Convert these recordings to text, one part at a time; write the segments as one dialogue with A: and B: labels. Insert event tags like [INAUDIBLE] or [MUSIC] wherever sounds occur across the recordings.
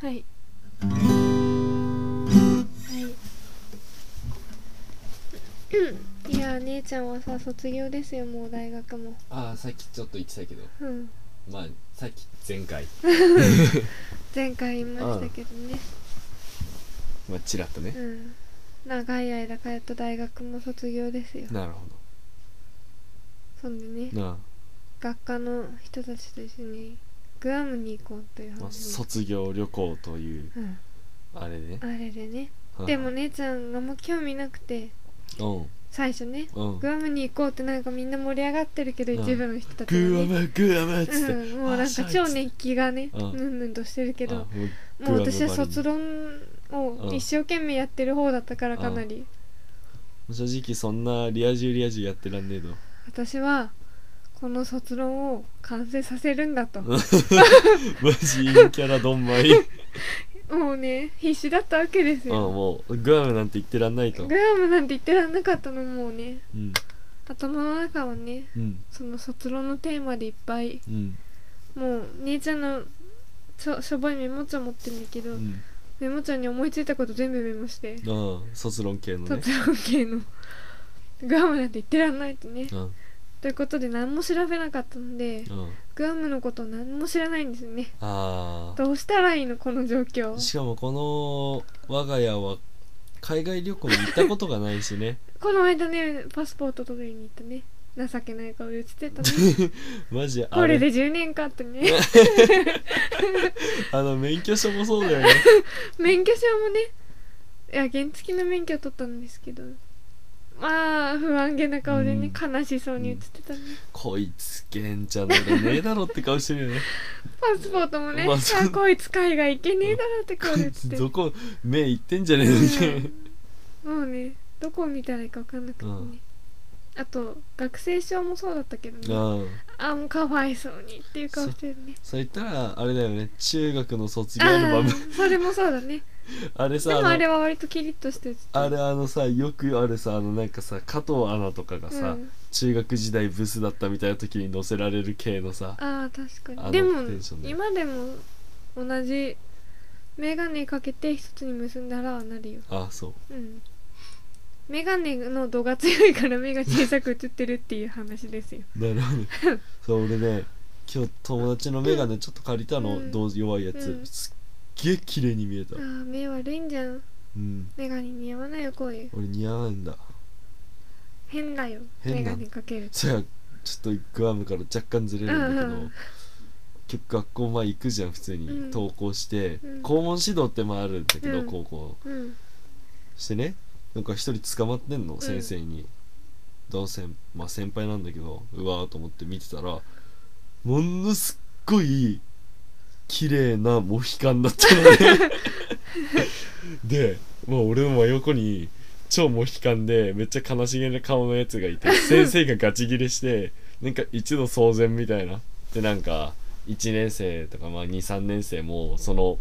A: はい。はい。いやー姉ちゃんはさ卒業ですよもう大学も。
B: ああさっきちょっと言ってたけど
A: うん。
B: まあさっき前回
A: 前回言いましたけどね。
B: まあちらっとね
A: うん。長い間通った大学も卒業ですよ。
B: なるほ
A: そんでね
B: どな
A: 学科の人たちと一緒にグアムに行こうという
B: あ、まあ、
A: 話に。
B: 卒業旅行という
A: うん。
B: あれね
A: あれでね。でも姉ちゃんがもう興味なくて
B: うん
A: 最初ね。
B: うん
A: グアムに行こうってなんかみんな盛り上がってるけど
B: うん
A: 一部の人たち
B: グ
A: が
B: ア
A: ね
B: ムグアムっつって、
A: うん、もうなんか超熱気がね
B: う
A: うんんぬんとしてるけ
B: け
A: ど
B: もう
A: もう私は
B: グアムばりに
A: 卒論を
B: うん
A: 一生懸命やってる方だったからかなり
B: 正直そんなリア充リア充やってらんねえど
A: 私はこの卒論を完成させるんだとも
B: マジ陰キャラどんまいう
A: うね必死だったわけです
B: ん
A: よ
B: もうグアムなんて言ってらんないと
A: グアムなんて言ってらんなかったのもうね
B: うん
A: 頭の中はね
B: うん
A: その卒論のテーマでいっぱい
B: うん
A: もう姉ちゃんのちょしょぼいメモ帳持ってんだけ
B: う
A: ど
B: ん
A: メモ帳に思いついたこと全部メモして
B: ああ卒論系のね
A: 卒論系のグアムなんて言ってらんないとね
B: うん
A: ということで何も調べなかったので
B: うん
A: グアムのこと何も知らないんですよね
B: あ
A: どうしたらいいのこの状況
B: あしかもこの我が家は海外旅行に行ったことがないし
A: [LAUGHS]
B: ね
A: この間ねパスポート取りに行ったね情けない顔で映ってたね
B: マジ [LAUGHS] あ
A: これ
B: れ
A: で10年かってね
B: あの免許証もそうだよね
A: [LAUGHS] 免許証もねいや原付の免許取ったんですけどまあ不安げな顔でね、悲しそうに映ってたね、
B: こいつ玄ちゃんならねえだろって顔してるよね
A: パスポートもね、
B: まあ
A: あ
B: そう
A: こいつ海外行けねえだろって顔
B: こ
A: で映っ
B: い
A: て
B: つ
A: て
B: どこ目いってんじゃねえのみたいな
A: うん [LAUGHS] もうねどこを見たらいいか分かんなくてね、
B: うん
A: あと学生証もそうだったけどね
B: ああ
A: あもうかわいそうにっていう顔してるね
B: そう言ったらあれだよね中学の卒業
A: ああ
B: アルバム
A: ーそれもそうだね
B: あれ
A: で
B: さ
A: もあ
B: あ
A: れ
B: の
A: は割とキリッとしてる
B: あれあのさよくあれさあのなんかさ加藤アナとかがさ、
A: うん
B: 中学時代ブスだったみたいな時に載せられる系のさ
A: ああ確か
B: あの
A: にでも
B: テンションね
A: 今でも同じ眼鏡かけて一つに結んだらはなるよ
B: あそう
A: うん眼鏡の度が強いから目が小さく映ってるっていう話です
B: [LAUGHS]
A: よ
B: なるほど
A: [LAUGHS]
B: そう俺ね今日友達の眼鏡ちょっと借りたの、
A: うん
B: どう弱いやつ、
A: うん
B: すっげえ綺麗に見えた
A: ああ目悪いんじゃん
B: うん
A: 眼鏡似合わないよこういう
B: 俺似合わないんだ
A: 変だよ
B: 変
A: 眼
B: な
A: 鏡かける
B: そやちょっとグアムから若干ずれるんだけど、
A: うんうん
B: 結構学校前行くじゃん普通
A: う
B: に
A: ん
B: 登校して、
A: うん
B: 校門指導ってまああるんだけど、
A: うん
B: 高校
A: うん
B: してねなんか一人捕まってんの
A: ん
B: 先生に、どうせまあ先輩なんだけどうわーと思って見てたらものすっごい綺麗なモヒカンだったのねで、まあ、俺の真横に超モヒカンでめっちゃ悲しげな顔のやつがいて先生がガチギレしてなんか一度騒然みたいなでなんか1年生とか、まあ、23年生もその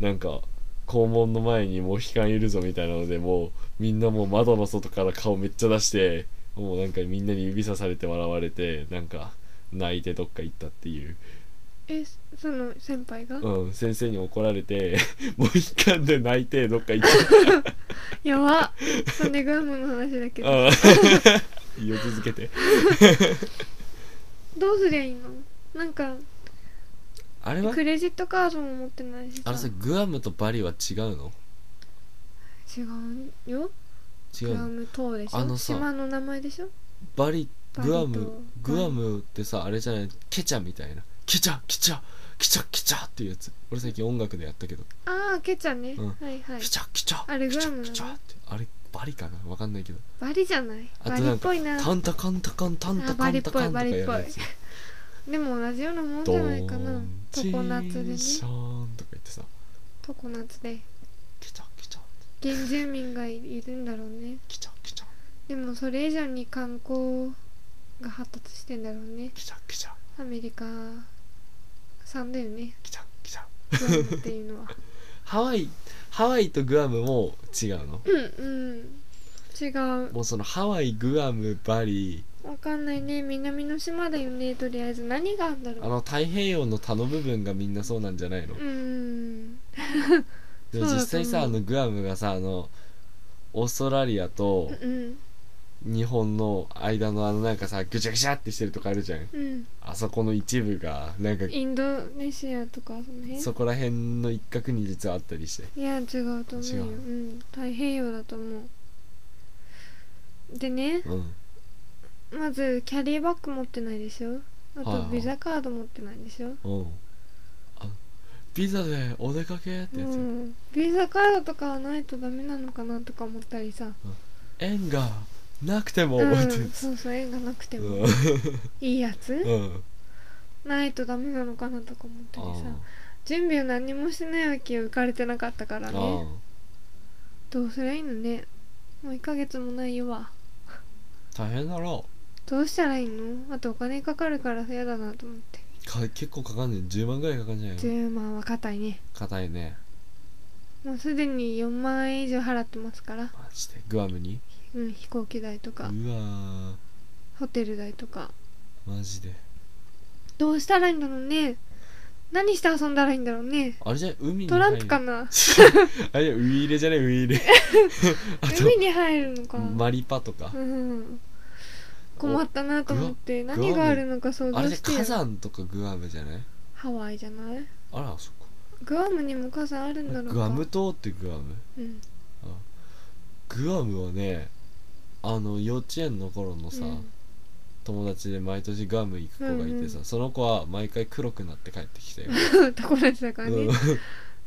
B: なんか校門の前にモヒカンいるぞみたいなのでもうみんなもう窓の外から顔めっちゃ出してもうなんかみんなに指さされて笑われてなんか泣いてどっか行ったっていう、
A: えその先輩が
B: うん、先生に怒られて [LAUGHS] モヒカンで泣いてどっか行っ
A: やばそんでグアムの話だけ
B: た
A: ど
B: うん [LAUGHS] 言い続けて
A: どうすりゃいいのなんか
B: あれは
A: クレジットカードも持ってないし
B: あ
A: さ
B: れさグアムとバリは違うの
A: 違うよ
B: 違
A: グ
B: う
A: ア
B: の
A: ム島でし
B: あの
A: ょ
B: さ
A: 島の名前でしょ
B: バリ
A: バリ
B: グ
A: と
B: アムグアムってさあれじゃないケチャみたいなケチャケチャケチャケチャっていうやつ俺最近音楽でやったけど
A: ああケチャね、
B: うん
A: はいはい
B: キチャキチャ
A: あれ
B: キチ
A: グアム
B: ャ
A: なの
B: キチャってあれバリかなわかんないけど
A: バリじゃない
B: あと
A: バ
B: なん
A: リ
B: か
A: っぽいな
B: タンタカンタカンタンタ
A: あ
B: カ
A: バリ
B: ン
A: っ
B: タ
A: ぽ
B: カ
A: い
B: ンとか
A: バリっ
B: やる
A: ぽい
B: やつ
A: でも同じようなもんじ
B: ド
A: ゃないか
B: ー
A: な
B: ン
A: 常
B: チ
A: 夏でね
B: ーシャーンとか言ってさ
A: 常夏で
B: キチャキチャ
A: 原住民がいるんだろうね
B: キチャキチャ
A: でもそれ以上に観光が発達してんだろうね
B: キチャキチャ
A: アメリカさんだよね
B: キチャキチャ
A: グアムっていう
B: [LAUGHS]
A: のは
B: ハワイハワイとグアムも違うの
A: うんうん違う
B: もうそのハワイグアムバリ
A: わかんないね南の島だよねとりあえず何があるんだ
B: あ
A: ろう
B: の太平洋の他の部分がみんなそうなんじゃないの
A: うーん
B: で
A: そうだと
B: も
A: 思う
B: 実際さあのグアムがさあのオーストラリアと
A: うん
B: 日本の間のあのなんかさぐちゃぐちゃってしてるとこあるじゃん
A: うん
B: あそこの一部がなんか
A: インドネシアとかその辺
B: そこら辺の一角に実はあったりして
A: いや違うと思うよ
B: 違う
A: うん、太平洋だと思うでね
B: うん
A: まずキャリーバッグ持ってないでしょあ
B: はい
A: と
B: はい
A: ビザカード持ってないでしょ、
B: うんあビザでお出かけってやつ、
A: うん、ビザカードとかはないとダメなのかなとか思ったりさ、
B: 縁がなくても
A: うん、
B: ってやつ
A: そうそう縁がなくて
B: うん
A: もいいやつ
B: うん
A: ないとダメなのかなとか思った
B: あ
A: りさ準備を何もしてないわけよ浮かれてなかったから
B: あ
A: ねどうすりゃいいのねもう1ヶ月もないよわ
B: 大変だろ
A: どうしたらいいのあとお金かかるから嫌だなと思って
B: か結構かかんねん10万ぐらいかかんじゃないの
A: 10万は硬いね
B: 硬いね
A: もうすでに4万円以上払ってますから、
B: マジでグアムに
A: うん、飛行機代と
B: う
A: か
B: わー
A: ホテル代とか
B: マジで
A: どうしたらいいんだろうね何して遊んだらいいんだろうね
B: あれじゃない海に入る
A: トランプかな
B: [LAUGHS] あれじゃないウイイレじゃないウイイレあ
A: [LAUGHS] 海
B: [LAUGHS]
A: に入るのか
B: と
A: な、
B: マリパとか
A: うん困ったなと思って
B: グア
A: 何があるのか想
B: あれ
A: 像
B: じゃ
A: してよ
B: 火山とかグアムじゃない
A: ハワイじゃない
B: あらそっか
A: グアムにも火山あるんだろうか
B: グアム島ってグアム
A: うん [LAUGHS]
B: グアムはねあの幼稚園の頃のさ、
A: うん
B: 友達で毎年グアム行く子がいてさ、
A: うんう
B: その子は毎回黒くなって帰ってきたよ、
A: ところだからね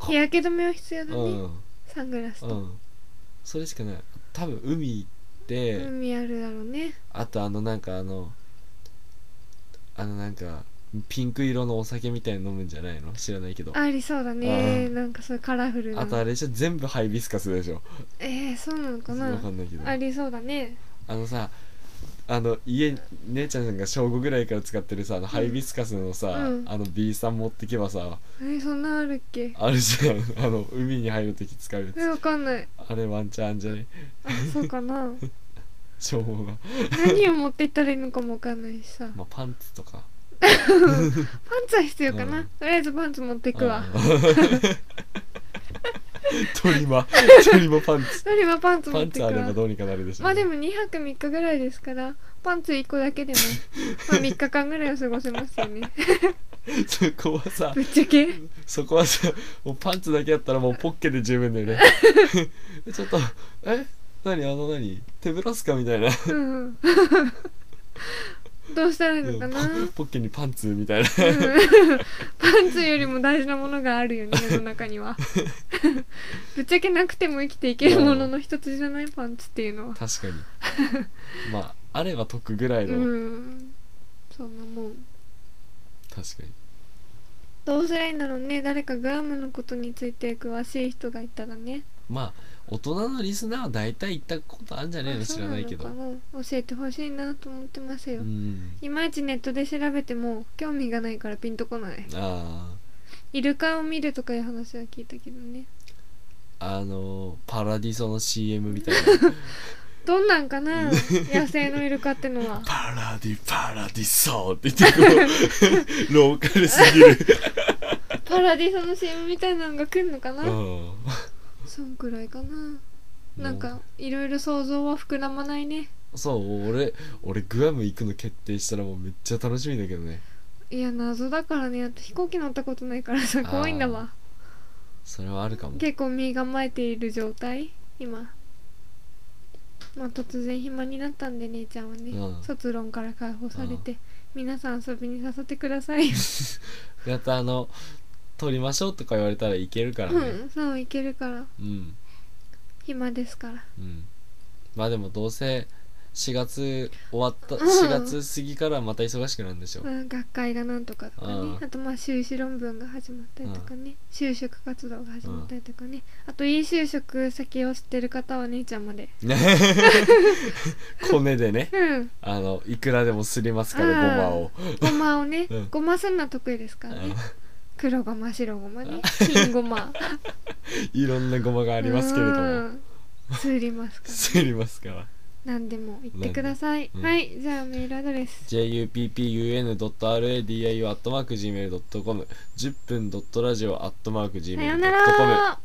A: 日焼け止めは必要だ
B: う
A: ね、
B: ん
A: サングラス
B: う
A: と、
B: んそれしかない多分海行って、
A: 海あるだろうね
B: あとあのなんかあのあのなんかピンク色のお酒みたいに飲むんじゃないの知らないけどあ
A: ありそうだね
B: うん
A: なんかそういうカラフルな
B: とあれじゃ全部ハイビスカスでしょ
A: えー、そうなのかな
B: わかんないけど
A: ありそうだね
B: あのさあの家姉ちゃんが小5ぐらいから使ってるさあのハイビスカスのさ、
A: うん
B: あの B さん持ってけばさ
A: えー、そんなあるっけ
B: あるじゃん [LAUGHS] あの海に入る時使うや
A: え
B: つ
A: ーわかんない
B: あれワンチャンあんじゃね [LAUGHS]
A: あそうかな
B: しょうもな、
A: 何を持っていったらいいのかもわかんないしさ
B: まあ、パンツとか
A: パンツは必要かな、
B: うん
A: とりあえずパンツ持っていくわ
B: あ [LAUGHS] ートリマトリマパンツ
A: それはパンツ
B: パ
A: 持っ
B: ン
A: て
B: ツ
A: く
B: あれ
A: わ
B: ばどうにかなるでしょ
A: まあでも2泊3日ぐらいですからパンツ1個だけでもまあ3日間ぐらいは過ごせますよ
B: [LAUGHS]
A: ね
B: そこはさ
A: ぶっちゃ
B: [LAUGHS]
A: け
B: そこはさもうパンツだけやったらもうポッケで十分だ
A: [LAUGHS]
B: よねちょっとえ何あの何手ぶらすかみたいな
A: うんうんどうしたらいいのかな、
B: うん [LAUGHS] ポッケにパンツみたいな
A: パンツよりも大事なものがあるよね世の中に
B: [LAUGHS]
A: はぶっちゃけなくても生きていけるものの一つじゃないパンツっていうのは
B: 確かにまああれば得ぐら
A: う
B: いの、
A: んそんなもん
B: 確かに
A: どうすりゃいいんだろうね誰かグアムのことについて詳しい人がいたらね
B: まあ大人のリスナーは大体行ったことあるんじゃねえの
A: あそ
B: 知
A: う
B: らないけ
A: の
B: ど
A: かな教えてほしいなと思ってますよ、
B: うん
A: いまいちネットで調べても興味がないからピンとこない
B: あ
A: イルカを見るとかいう話は聞いたけどね
B: ああのーパラディソの CM みたいな
A: [LAUGHS] どんなんかな野生のイルカっての
B: [LAUGHS]
A: は
B: パラディパラディソって言ってこうローカルすぎる、
A: パラディソの CM みたいなのが来んのかな、
B: うん、
A: そんくらいかななんかいろいろ想像は膨らまないね
B: そう俺俺グアム行くの決定したらもうめっちゃ楽しみだけどね
A: いや謎だからねあと飛行機乗ったことないからさ
B: ー
A: 怖いんだわ
B: それはあるかも
A: 結構身構えている状態今まあ突然暇になったんで姉ちゃんはね、
B: うん
A: 卒論から解放されて、皆さん遊びに誘ってください
B: やったあの撮りましょうとか言われたらいけるからね
A: うんそういけるから
B: うん
A: 暇ですから
B: うんまあでもどうせ4月終わった
A: うん
B: 4月過ぎからまた忙しくなるんでしょ
A: まあ学会がなんとかとかね
B: うん
A: あとまあ修士論文が始まったりとかね就職活動が始まったりとかねあといい就職先を知ってる方は姉ちゃんまで
B: ね [LAUGHS] コネでね
A: うん
B: あのいくらでもすりますからごまを
A: ごまをね
B: うん
A: ごますんの得意ですからね黒ごま白ごまね金ごま
B: [LAUGHS] いろんなごまがありますけれど
A: う
B: も
A: ん
B: [LAUGHS]
A: すりますから
B: すりますから
A: 何でも言ってください、
B: うん
A: はいじゃあメールアドレス
B: juppun.radio.gmail.com 10分 .radio.gmail.com
A: さよなら